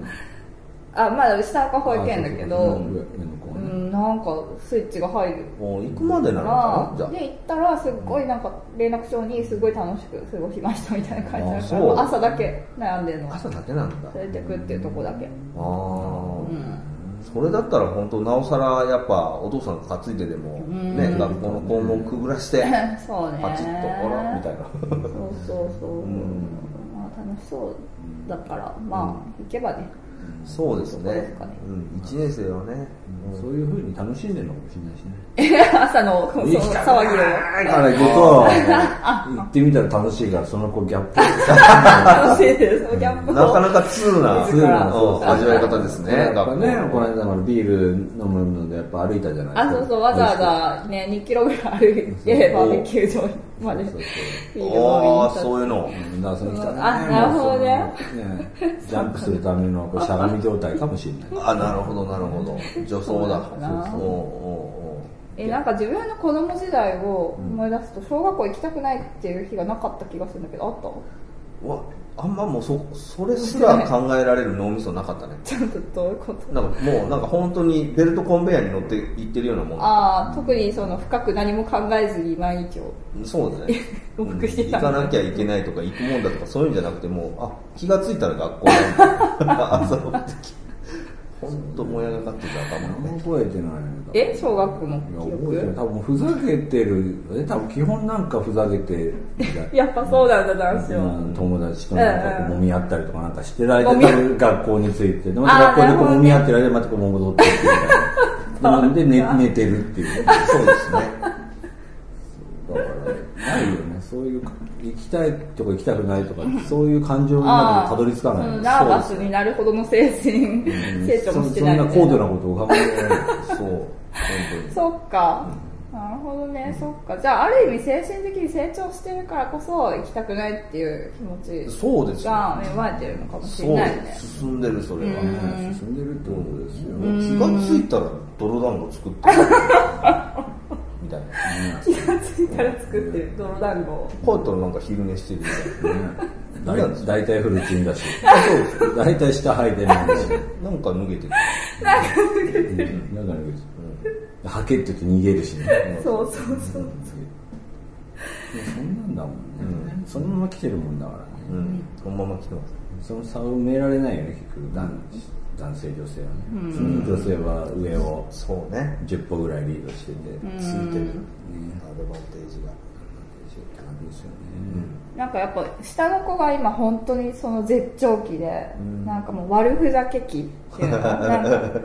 B: あまだ下は保育園だけ
D: あ
B: ど
D: そうそう上の子
B: う
D: ね
B: んなんかスイッチが入る
C: もう行くまでなのかなじゃ
B: が
C: あ
B: で行ったらすっごいなんか連絡帳にすごい楽しく過ごしましたみたいな感じだか
C: あそう
B: ら朝だけ悩んでるの
C: 朝だけなんだあ
B: 連れてくっていうとこだけ
C: あー、それだったら本当なおさらやっぱお父さんが担いででも、ね学校の校門くぐらして
B: そうね
C: パチッとほらみたいな
B: そうそうそう、まあ楽しそうだからまあ行けばね
C: そうですね
B: そうですかね
C: うん、1年生はね、
D: そういうふうに楽しんでるのかもしれないしね。
B: 朝のその騒ぎを。
D: から行くと、行ってみたら楽しいから、その子ギャップ。
B: 楽しいです、そのギャップ
C: な
B: を。
C: かなか通な
B: 通な
C: うん味わい方ですね。
D: やっぱ
C: 学校
D: ね、この間までビール飲むので、やっぱ歩いたじゃないです
B: あ、
D: か。
B: そうそう、わざわざね、2キロぐらい歩いて、バ
C: そう
B: ーベキュー場まで
D: そうそう
B: ビール飲みに行
C: あ
B: っ
C: あ、
B: た
C: そういうの。
D: だからそれ来たね
B: あなるほどね
D: そのねジャンプするためのこうしゃがみ状態かもしれない。
C: あ、なるほど、なるほど。女装だ。
B: そうなのかな
C: おうお
B: え、なんか自分の子供時代を思い出すと、小学校行きたくないっていう日がなかった気がするんだけど、あった
C: うおううわ、あんまもうそ、それすら考えられる脳みそなかったね。
B: ちょっとどういうこと
C: なんかもう、なんか本当にベルトコンベヤーに乗っていってるようなもん。
B: ああ、特にその深く何も考えずに毎日を。。
C: そうだね
B: 往復して
C: うん
B: た
C: 行
B: んだ
C: かなきゃいけないとか、行くもんだとか、そういうんじゃなくて、もう、あ、気がついたら学校なんだ。 朝起きて。本当、もやがかってた頭の
D: 何
C: ね。
D: も覚えてないね
B: え、小学校の
D: いや
B: 記
D: 覚えてない
B: 憶
D: 多分ふざけてるえ多分基本なんかふざけてるじゃん
B: やっぱそうなんだ、男子は。
D: うん友達となんかこう揉み合ったりとかなんかしてる間
B: 揉み合
D: に学校についてでまた
B: あー
D: 学校で
B: な
D: こう
B: るほどね
D: 揉み合ってる間にまたこう戻ってってみたいな で寝寝てるっていうそうですねだからないよねそういう行きたいとか行きたくないとかそういう感情にまでたどり着かない
B: あーうん
D: そ
B: ナー
D: うで
B: バ
D: す
B: スになるほどの精神成長もしてない
D: そ
B: み
D: んな
B: たい
D: 高
B: な
D: 度なことを考えられない
C: そう、本当に。
B: そっかなるほどねそっかじゃあある意味精神的に成長してるからこそ行きたくないっていう気持ち
C: そうですよ
B: が芽生えてるのかもし
C: そ
B: れ
C: う
B: ないね
C: 進んでるそれは、
D: ね進んでるってことですよ
C: もう気がついたら泥団子作ってるみたいな
B: 気がついたら作ってる泥団子を
C: 帰ったらなんか昼寝してるみたい
D: だい大体フルチンだし、大体下履いてないし、
C: ななんか脱げてる
D: うんなんかね、うん、履けって言って逃げるしね。
B: そうそうそう
D: うんそんなんだもんね。そのまま来てるもんだからね。
C: うんこのまま来てます
D: その差を埋められないよね、結局、男男性、女性はね。その女性は上を
C: そうね
D: 10歩ぐらいリードし
C: つい
D: てて、
C: てるアドバンテージが
D: って感じですよね。
B: なんかやっぱ下の子が今本当にその絶頂期で、なんかもう悪ふざけ期っていうのなんか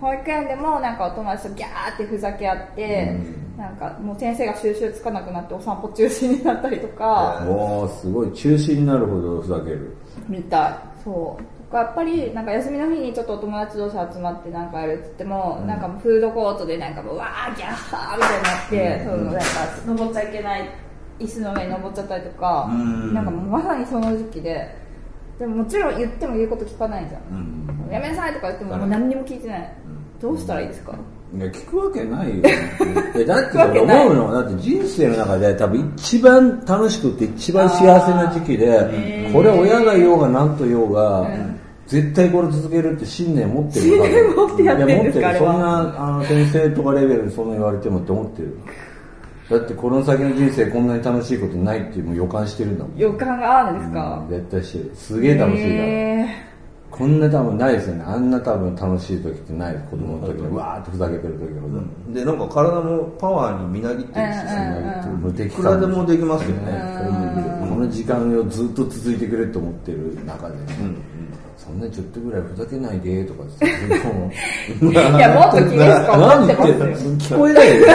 B: 保育園でもなんかお友達とギャーってふざけ合って、なんかもう先生が収集つかなくなってお散歩中止になったりとか、
D: おー、すごい、中止になるほどふざける。
B: みたいそうとかやっぱりなんか休みの日にちょっとお友達同士集まってなんかやるっつっても、なんかもうフードコートでなんかもうわーギャーハーみたいになって、そのなんか登っちゃいけない椅子の上に登っちゃったりとか、
C: うん
B: なんかもうまさにその時期ででももちろん言っても言うこと聞かないじゃん、
C: うん
B: やめなさいとか言ってももう何にも聞いてない、どうしたらいいですか、
D: いや、聞くわ けないよ。えだって俺思うのは、だって人生の中で多分一番楽しくって一番幸せな時期で、これ親が言おうが何と言おうが、絶対これ続けるって信念持ってるよ
B: 信念持ってやってるんですか
D: い
B: あれ
D: や持ってる
B: は
D: そんな、あの、先生とかレベルにそんな言われてもって思ってる。だってこの先の人生こんなに楽しいことないってもう予感してるんだもん。
B: 予感があるんです
D: う
B: か
D: ん、絶対してる。すげえ楽しいだろ。
B: え
D: こんな多分ないですよね。あんな多分楽しい時ってない。子供の時にわーっとふざけてる時ほど。
C: でなんか体もパワーにみなぎってるし、
D: 無敵
C: いくらでもできますよ
D: ね
C: ね、
D: この時間をずっと続いてくれと思ってる中でね、そんなちょっとぐらいふざけないでとかって
B: ー、いやもっと厳しく思
D: 何
B: って
D: 言っ
B: ま
D: て
B: す
D: ん
B: よ
D: の聞こえないよ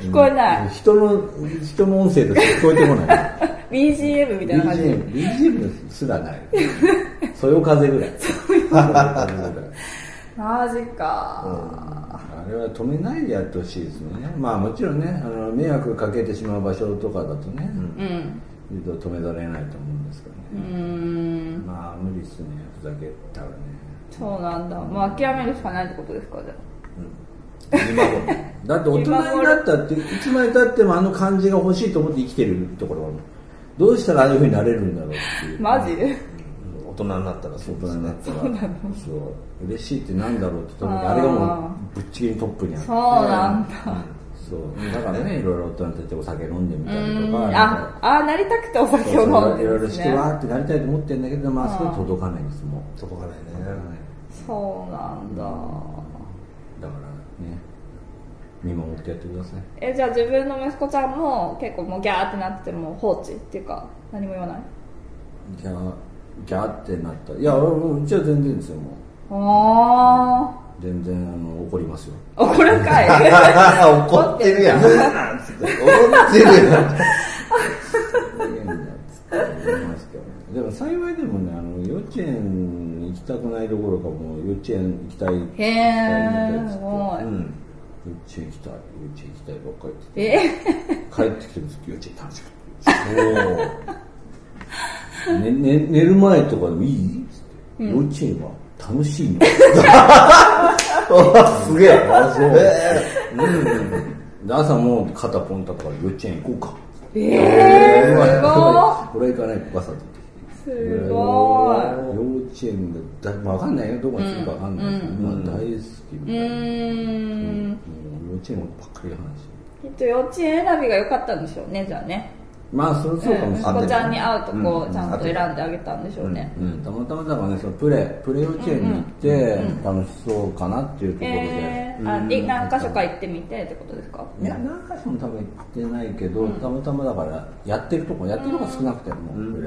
B: 聞こえない、
D: 人の人の音声として聞こえてこない
B: BGM みたいな感じ
D: BGM BGM すらないそよ風ぐらいそよ風ぐらい
B: マジか、
D: あれは止めないでやってほしいですね。まあもちろんね、あの迷惑かけてしまう場所とかだとね、
B: うん
D: 言うと止められないと思うんですけどね。
B: うーん
D: まあ無理っすね、ふざけたらね。
B: そうなんだもう諦めるしかないってことですかじゃ
C: 今も
D: だって大人になったって、いつまでたってもあの感じが欲しいと思って生きてるところはある、どうしたらああいうふうになれるんだろうっていう。
B: あマジで
C: 大人になったらそ
D: 大
C: うで
D: 人
C: すね
D: になったら、そう、嬉しいってなんだろうって言った時あれがもうぶっちぎりトップにあって
B: そうなんだ
D: そう。だからね、いろいろ大人になってお酒飲んでみた
B: う
D: りと
B: ーん
D: か、なんか
B: ああなりたくてお酒
D: そう
B: を飲ん
D: い
B: で
D: ろ
B: る
D: い
B: ん
D: ろ
B: です
D: して
B: ね
D: わーってなりたいと思ってんだけど、まあ、それ届かないです、もう。
C: 届かないね
D: 届かない
B: そうなんだ
D: だからね、見守ってやってください。
B: えじゃあ自分の息子ちゃんも結構もうギャーってなってても放置っていうか何も言わない
D: じゃあ、ギャーってなったいや俺もうちは全然ですよも
B: おー
D: う全然あの怒りますよ
B: 怒るんかい
C: 怒ってるやん。怒ってるやん。
D: いいんだっつって思いますけどね でも幸いでもねあの幼稚園行きたくないどころかもう幼稚園行きた
B: へ
D: い行きたい
B: え
D: みたいっつ
B: す
D: って
B: ご
C: う
B: い
C: ん。
D: 幼稚園行きたい幼稚園行きたいばっかり言ってて
B: え
D: 帰ってきてるんです幼稚園楽しかったおお、ねね、寝る前とかでもいいっつって、幼稚園は楽しいの
C: あすげえ。
D: あそう
C: え
D: で朝もう肩ポンタとから幼稚園行こうか
B: えー、すご
D: これ行かないと朝出てきて
B: いすごい
D: 幼稚園がだ、まあ、わかんないよどこにするかわかんないけど、まあ大好きみた
B: う
D: いな、も
B: ーん
D: う幼稚園のことばっかりの話
B: きっと幼稚園選びが良かったんでしょうねじゃあね
D: まあそれそうかもしれ
B: 息
D: ない、
B: 子ちゃんに合うとこをちゃんと選んであげたんでしょうね、
D: うん、たまたまだからねそのプレプレ幼稚園に行って楽しそうかなっていうところで、
B: えーあで何箇所か行ってみてってことですか
D: いや何か所も多分行ってないけど、たまたまだからやってるとこやってるとこ少なくても、プ
B: う
D: レ、
B: んうんうん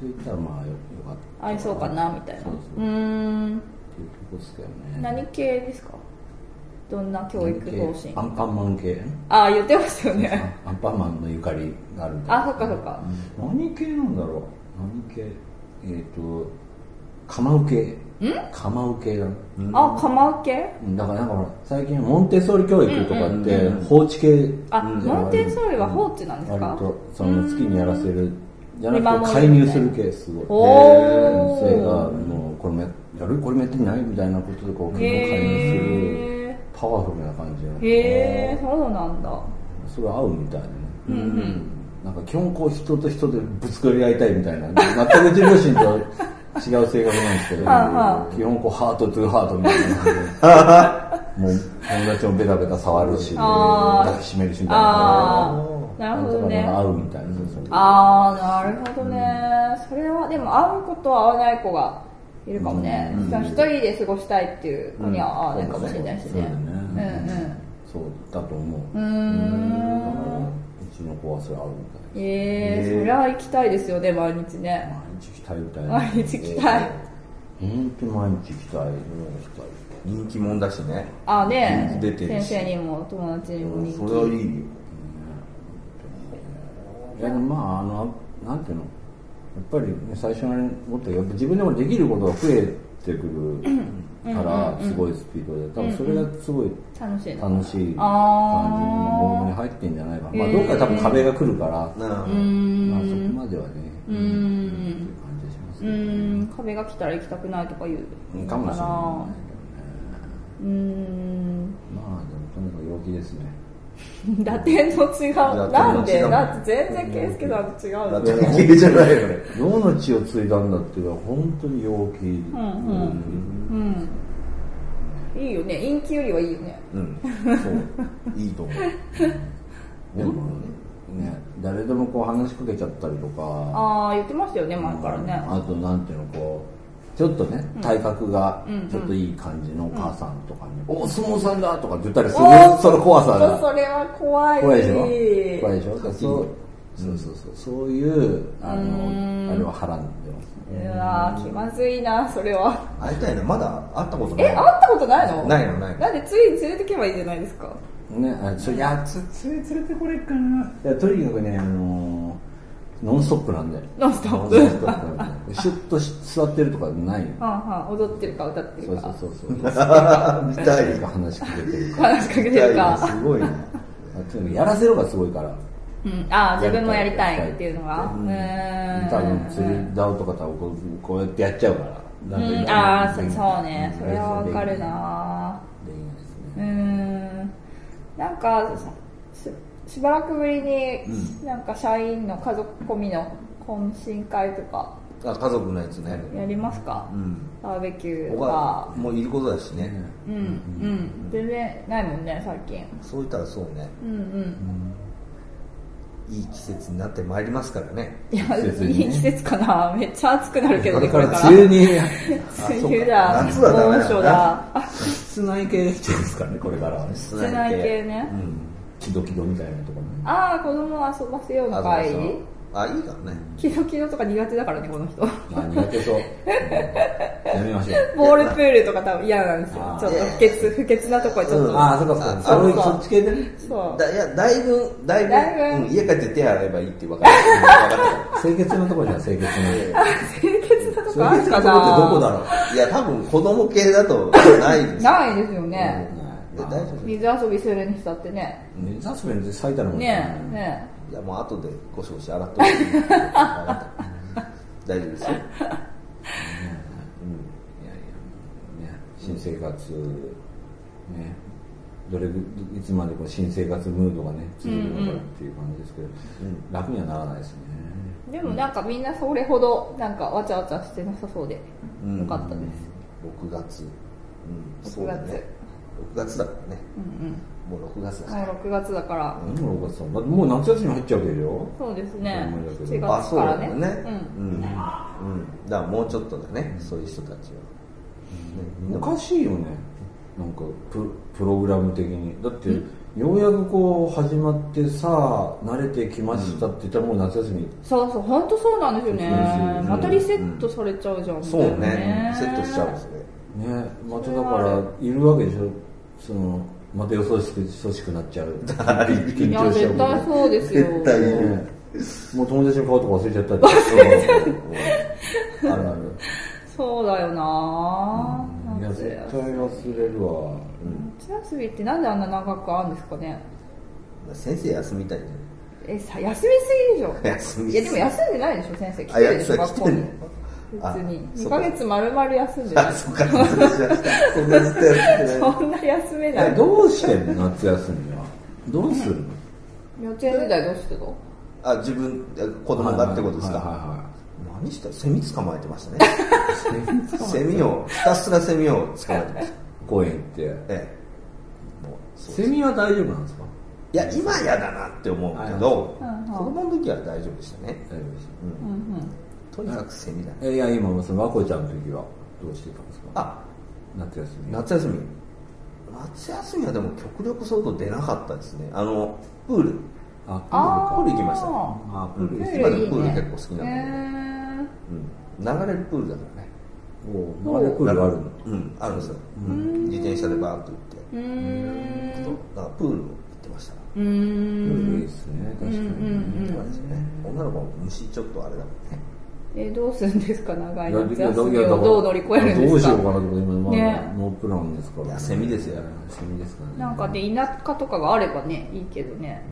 D: そういったらまあよよかった
B: 合いそうかなみたいな
D: そううそう
B: ーん
D: っていうとこですけどね
B: 何系ですかどんな教育方針
D: アンパンマン系
B: ああ言ってましたよね
D: アンパンマンのゆかりがあるんだ
B: あそっかそっか
D: 何系なんだろう何系えっ、とカマウ系カマウ系だな
B: あ釜受け
D: だからなんかほら最近モンテッソーリ教育とかって放置系
B: あ
D: うん
B: モンテッソーリは放置なんですか
D: 割とその好きにやらせるじゃなくて
B: 見
D: 介
B: 守るみ
D: 入
B: た
D: す
B: いな
D: る系すごい
B: おー
D: 先生がもうこれもややるこれもやってみないみたいなこととかを結構介入する
B: へ
D: パワフルな感じの
B: えへえそうなんだ
D: それ合うみたいでね、なんか基本こう人と人でぶつかり合いたいみたいな全くうち両親とは違う性格なんですけど
B: はあは
D: 基本こうハートトゥハートみたいな 感じでもう友達もベタベタ触るし
B: あー
D: 抱きしめるしみたい
B: あ
D: な
B: あなるほどね
D: なんとかなんか合うみたいなそうそう
B: ああなるほどね、それはでも会うことは会わない子がいるかもね、
D: うん
B: その一人で過ごしたいっていう子には合わないかもしれないしね
D: そうだ
B: うん
D: ねそうだと思う
B: うんうーん
D: うちの子はそれ合うみたい
B: ええそりゃ行きたいですよね毎日ね
D: 毎日来たいみたいな
B: 毎日行きたい
D: 本当に毎日来たい来たい
C: 人気者だしね。
B: あね
C: 出てる
B: 先
C: し
B: 生にも友達にも人
C: そ
B: 気
C: れはいいよ。
D: いやでもまああのなんていうのやっぱり、ね、最初はねもっとやっぱ自分でもできることが増えてくるからすごいスピードで多分それがすごい
B: 楽しいの
D: 楽しい感じに
B: あー
D: モードに入ってんじゃないかな、まあ、どっかで多分壁が来るから、
C: なあ
D: まあ、そこまではね
B: うー
D: っていうん感じがしま
B: う
D: すね、
B: ーん壁が来たら行きたくないとか言う
D: かもしれな
B: かうーん
D: いけどねまあでもとにかく陽気ですね
B: 打点の違う
C: 点の違う
B: なんでだって全然圭介さんと違う
C: だって系じゃないよね。
D: 世の血を継いだんだっていうのは本当に陽気、
B: うんうんうんいいよね陰気よりはいいよね
C: うん。そう。いいと思
D: でもね誰でもこう話しかけちゃったりとか
B: ああ言ってましたよね前からね
D: あとなんていうのこうちょっとね体格がちょっといい感じのお母さんとかに「おお相撲さんだ!」とかって言ったりする
B: おー
D: その怖さ
B: そう
D: が
B: それは怖い
D: 怖いでしょ怖いでしょだから
C: いい
D: そうそうそうそうそういうあのあれははらんでます
B: うわー気まずいなそれは
C: う。会いたいな。まだ会ったことない。
B: え会ったことないの
C: ないのないの
B: なんでついに連れてけばいいじゃないですか
D: ねあそれいやつつ連れてこれっかないやとにかくねあのーノンストップなんで
B: ノンストップ
D: ノンストップなんでシュッとし座ってるとかないよ
B: はんはん踊ってるか歌って
D: そ
B: る
D: うそう
B: か
D: そうそう
C: 見たい。
D: なんか話しかけてるから
B: 話しかけ
C: 見
B: て
C: たい
B: る
C: な。
B: か
C: すごいね。
D: あとにかくやらせる方がすごいから
B: うんああ自分もやりたいっていうのがうーん
D: 多分釣り竿とか多分こうこうやってやっちゃうから
B: う
D: なん
B: ん
D: か
B: ああそうそうねそれはわかる
D: で
B: な
D: きないですね
B: うーんなんかししばらくぶりに、なんか社員の家族込みの懇親会とか
C: あ、家族のやつね。
B: やりますか、
C: うん。
B: バーベキュー
C: お
B: と
C: が
B: か、
C: もういることだしね。
B: うんうん全然ないもんね最近
C: そういったらそうね。
B: うんうん
C: いい季節になってまいりますからね。
B: いや、
D: 季節にね
B: いい季節かなめっちゃ暑くなるけどね
D: だ
B: こ
D: か
B: れ
D: ら
B: から
D: 梅雨に
B: 梅雨だ
C: 夏はダメだ
B: 猛暑だあ
D: 室内系ですからねこれからは
C: 室
B: 室内系ね、
C: うん。
D: キドキドみたいなところね
B: ああ子供を遊ばせようの
C: あ
B: 会
C: そうそうあいいからね
E: キドキドとか苦手だからねこの人
D: まあ苦手そう。やめましょ う。
E: ボールプールとか多分嫌なんですよ
D: あー
E: ちょっと不潔不潔なとこはちょっ
C: う
E: と、
C: ん
D: ああ、そっかそっか。そういうそっち系でね。
E: そう
C: だいやだいぶだいぶ
B: だいぶ
C: うん、家帰って手洗えばいいって分かる分かる
D: 清潔なところじゃん、清潔な。
E: 清潔なとこあ
C: 清
E: る
C: 潔
E: か
C: なと
E: な
C: こってどこだろういや多分子供系だとないですよ
B: ないですよね。
C: いや大丈夫い
B: 水遊びするにしたってね。
D: 水遊びで埼玉もん
B: ねえ、ね
C: やもう後でゴシゴシ洗っとく分 かった大丈夫ですよ
D: いやいや、ね、新生活、ね、どれぐいつまでこう新生活ムードがね、続くのかっていう感じですけど、
C: ん
D: 楽にはならないですね。
B: え。でもなんかみんなそれほどなんかわちゃわちゃしてなさそうで、
C: うん
B: よかったです。
C: 6月う
B: 6
C: んそうだね
B: 月
C: 6月だからね
B: うん
C: もう6月
B: う
C: だ
B: ん。
C: し
B: もう6月だから、
D: 何もお母さん、だってもう夏休み入っちゃうわけでしょ
B: そうですね。
D: そう
B: 7
C: あ
B: 月
C: そう
B: から
C: だ
B: ね。う
C: ね
B: ん。
C: うん、うん、だからもうちょっとだねそういう人たちは、ね、みんな
D: おかしいよね。なんかプ、プログラム的に。だって、ようやくこう始まってさあ慣れてきましたって言ったらもう夏休み
B: そうそう、本当そうなんですよね
D: そうそう。
B: またリセットされちゃうじゃん。
C: そうねセットしちゃうんですね
D: ねまただからいるわけでしょそのまたよそしくそしくなっ ちゃう緊
B: いや、
D: 張しち
B: 絶
D: ゃうもん
B: 対そうですよ。
C: 絶対いる
D: ねもう友達の顔とか忘れちゃったり忘あるある
B: そうだよなぁ
D: いや
B: 夏
D: 絶
B: 休
D: 対忘れるわ、
B: 夏休みってなんであんな長くあるんですかね
C: 先生休みたいんじゃ ない
B: えさ休みすぎでしょ
C: 休み
B: いやでも休んでないでしょ先生来
C: あ
B: て
C: いや
B: るでしょ学
C: 来
B: 校
C: てん
B: に
C: のあ
B: 別に
C: そ
B: 2
C: うか
B: ヶ月まるまる休んでない
C: あ、そっか、そんなずっとやってない。
B: そんな休め
D: い
B: な
D: や
B: い
D: どうしてんの夏休みはどうするの
B: 幼稚園時代どうしてた
C: あ、自分、あ子供がってことです
D: はい
C: か。何したセミ捕まえてましたね。
D: はいはいはい
C: セミを、ひたすらセミを捕まえてました。
D: 公園行って
C: ええ。もうそう
D: セミは大丈夫なんですか
C: いや、今やだなって思うけど、子供の時は大丈夫でしたね。
D: 大丈夫です
B: うんうん
C: とにかくセミだね。
D: えいや今その和子ちゃんの時はどうしてたんですか
C: あ、
D: 夏休み
C: 夏休み。夏休みはでも極力外出なかったですね。あの、プール。
D: あ
B: あ
C: プール行きましたね。
D: あ
C: プール、
B: プール
C: 今でも
B: いいね
C: プール結構好
B: へ
C: きなん
B: ー
C: だけど。うん、流れるプールだからね。
D: おあれプールあるの
C: うん、あるんですよ。うん自転車でバーッと行って。
B: うーん
C: だからプールを行ってました。
B: うー
D: プ
B: ん
D: ールいいですね確かに
C: そうなんですよね。女の子は虫ちょっとあれだもんね。
B: えどうするんですか長い夏
D: いやいや
B: 休み
D: いやだ
B: を
D: から
B: どう乗り越えるん
D: どう
B: です
D: しようか
B: か
D: なと思って今、まあ
B: ね
D: ノープランですから、
C: いやセミですよ
D: セミですからね
B: なんかで田舎とかがあればねいいけどね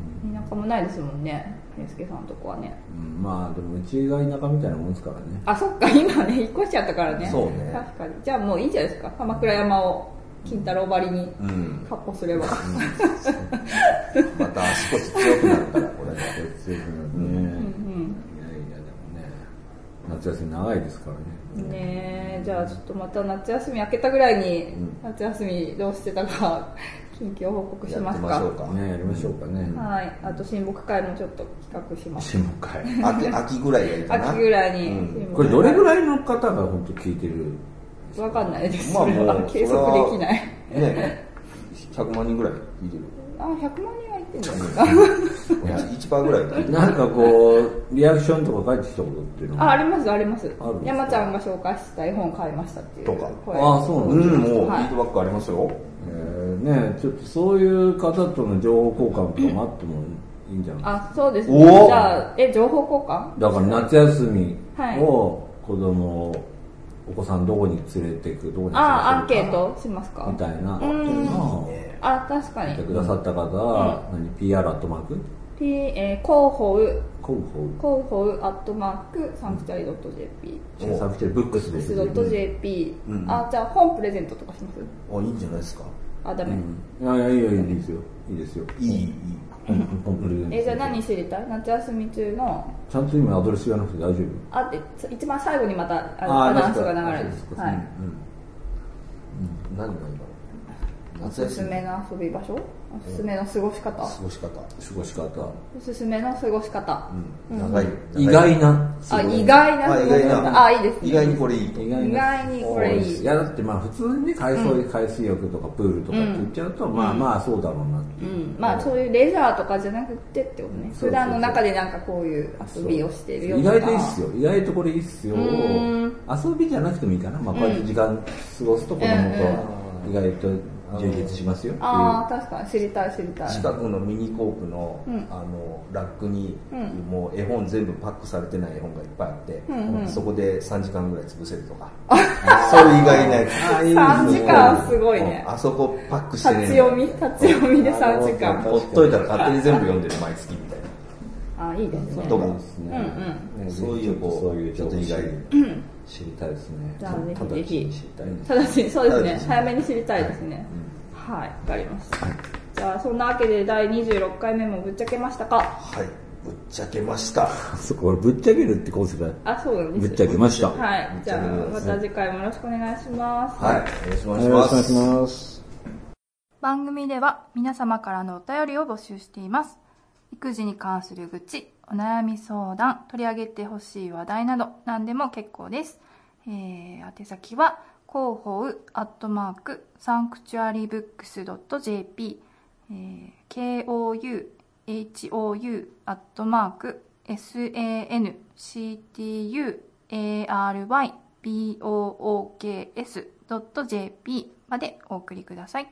B: 田舎もないですもんねゆうすけさんとこはね
D: うんまあでもうちが田舎みたいなもんですからね
B: あそっか今ね引っ越しちゃったからね
C: そうね
B: 確かにじゃあもういいんじゃないですか鎌倉山を金太郎ばりに
C: うん。
B: カッポすれば、
C: また足腰強くなるから、これね。
D: 強くなるね、いやいやでもね夏休み長いですからね
B: ねえじゃあちょっとまた夏休み明けたぐらいに夏休みどうしてたか 近況報告し
C: やっ
B: ま
C: て
B: す
C: ましょ
B: か
C: うか。
D: ねやりましょうかね、
B: はいあと親睦会もちょっと企画します
D: 親睦会
C: 秋秋ぐらいがいいかな。
B: 秋ぐらいに
C: う
B: 親
C: ん
B: 睦会
D: これどれぐらいの方が本当聞いてる
B: わかんないです、
C: まあ
B: それ
C: も
B: は
C: う
B: 計測できない
C: ね100万人ぐらいいる
B: あ100万人はいってんじゃないですか
C: 1%パーぐらい聞いてる
D: なんかこうリアクションとか返ってきたことっていうの
B: あ、
D: は
B: あります、あります
D: ある。
B: 山ちゃんが紹介した絵本買いましたっていう
C: と
B: 声。
C: か
D: あそう
C: う、
D: なん
C: もうフ
B: は
C: ィ
B: い
C: ードバックありますよ。
D: えーねちょっとそういう方との情報交換とかもあってもいいんじゃない
B: あ、そうです
C: お
B: ね。
C: お
B: じゃあ、え、情報交換
D: だから夏休み
B: はい
D: を子供をお子さんどこに連れていくどこに連れていく
B: あ、アンケー
D: か
B: トしますか
D: みたいな
B: うん
D: のを
B: あ、確か
D: やって
B: に。
D: くださった方は、何 PR アットマーク
B: P、えー、広報、
D: 広報
B: 広報アットマーク、サンクチャリ .jp。
D: 審査してるブックスです
B: .jp
C: う。ん
B: あ、じゃあ本プレゼントとかします
C: あ、いいんじゃないですか。
B: あ、ダメ。
D: いやいやいいよいいですよいいですよ
C: いい、いい。
D: 本本プレゼント
B: え、じゃあ何知りたい夏休み中の、
D: ちゃんと今アドレス言わなくて大丈夫
B: あって、一番最後にまた、あの、アナウンスが流れる
D: そう。か
B: はい。
C: 何がいいか
F: おすすめの遊び場所おすすめの過ごし方
C: 過ごし方
D: 過ごし方
F: おすすめの過ごし方
C: うん長い
D: 意外な
F: あ意外な
C: あ意外な
F: あいいですね
C: 意外にこれいいと
D: 意外
F: 意外にこれいい
D: そうですやだってまあ普通にね海水,、海水浴とかプールとかって言っちゃうと、まあまあそうだろうなって
F: う
D: いう、
F: んまあそういうレジャーとかじゃなくてってこと
D: そうそう
F: ね
D: そう
F: 普段の中でなんかこういう遊びをしてるよ
D: 意
F: とか
D: 外といいっすよ意外とこれいいっすよ
F: ん
D: 遊びじゃなくてもいいかな、まあ、こうやって時間過ごすと子供と意外と充実しますよっていう、
F: ああ確かに知りたい知りたい
C: 近くのミニコープの,、
F: うん
C: あのラックに、
F: うん
C: もう絵本全部パックされてない絵本がいっぱいあって、
F: んうん
C: そこで3時間ぐらい潰せるとか、そういう意外なやつ
D: あいい
F: 3時間すごい
C: うん
F: ね
C: あそこパックして
F: 立
C: ね
F: ち読み立ち読みで3時間
C: ほっといたら勝手に全部読んでる毎月みたい
F: あいいですね
C: どう
D: い
C: も
D: いですね
F: うん
C: うん
D: ね
C: そういうこう
D: そういう情報
C: ちょっと意外に
D: 知りたいですね
F: じゃあぜひぜ
C: な
F: ひ
C: 知りたいです
F: ただしそうです
C: ただし
F: ね早めに知りたいですねはいわかりましたじゃあそんなわけで第26回目もぶっちゃけましたか
C: はいぶっちゃけました
D: そこ俺ぶっちゃけるってコンセプト
F: あそうなんです
D: ぶっちゃけましたは
F: はいじゃあまた次回もよろしくお願いします
C: はいよろしくお願いします
D: ます
F: 番組では皆様からのお便りを募集しています育児に関する愚痴お悩み相談取り上げてほしい話題など何でも結構です、えー、宛先は広報アットマークサンクチュアリーブックス .jp、えー、kouhou アットマーク sanctuarybooks.jp までお送りください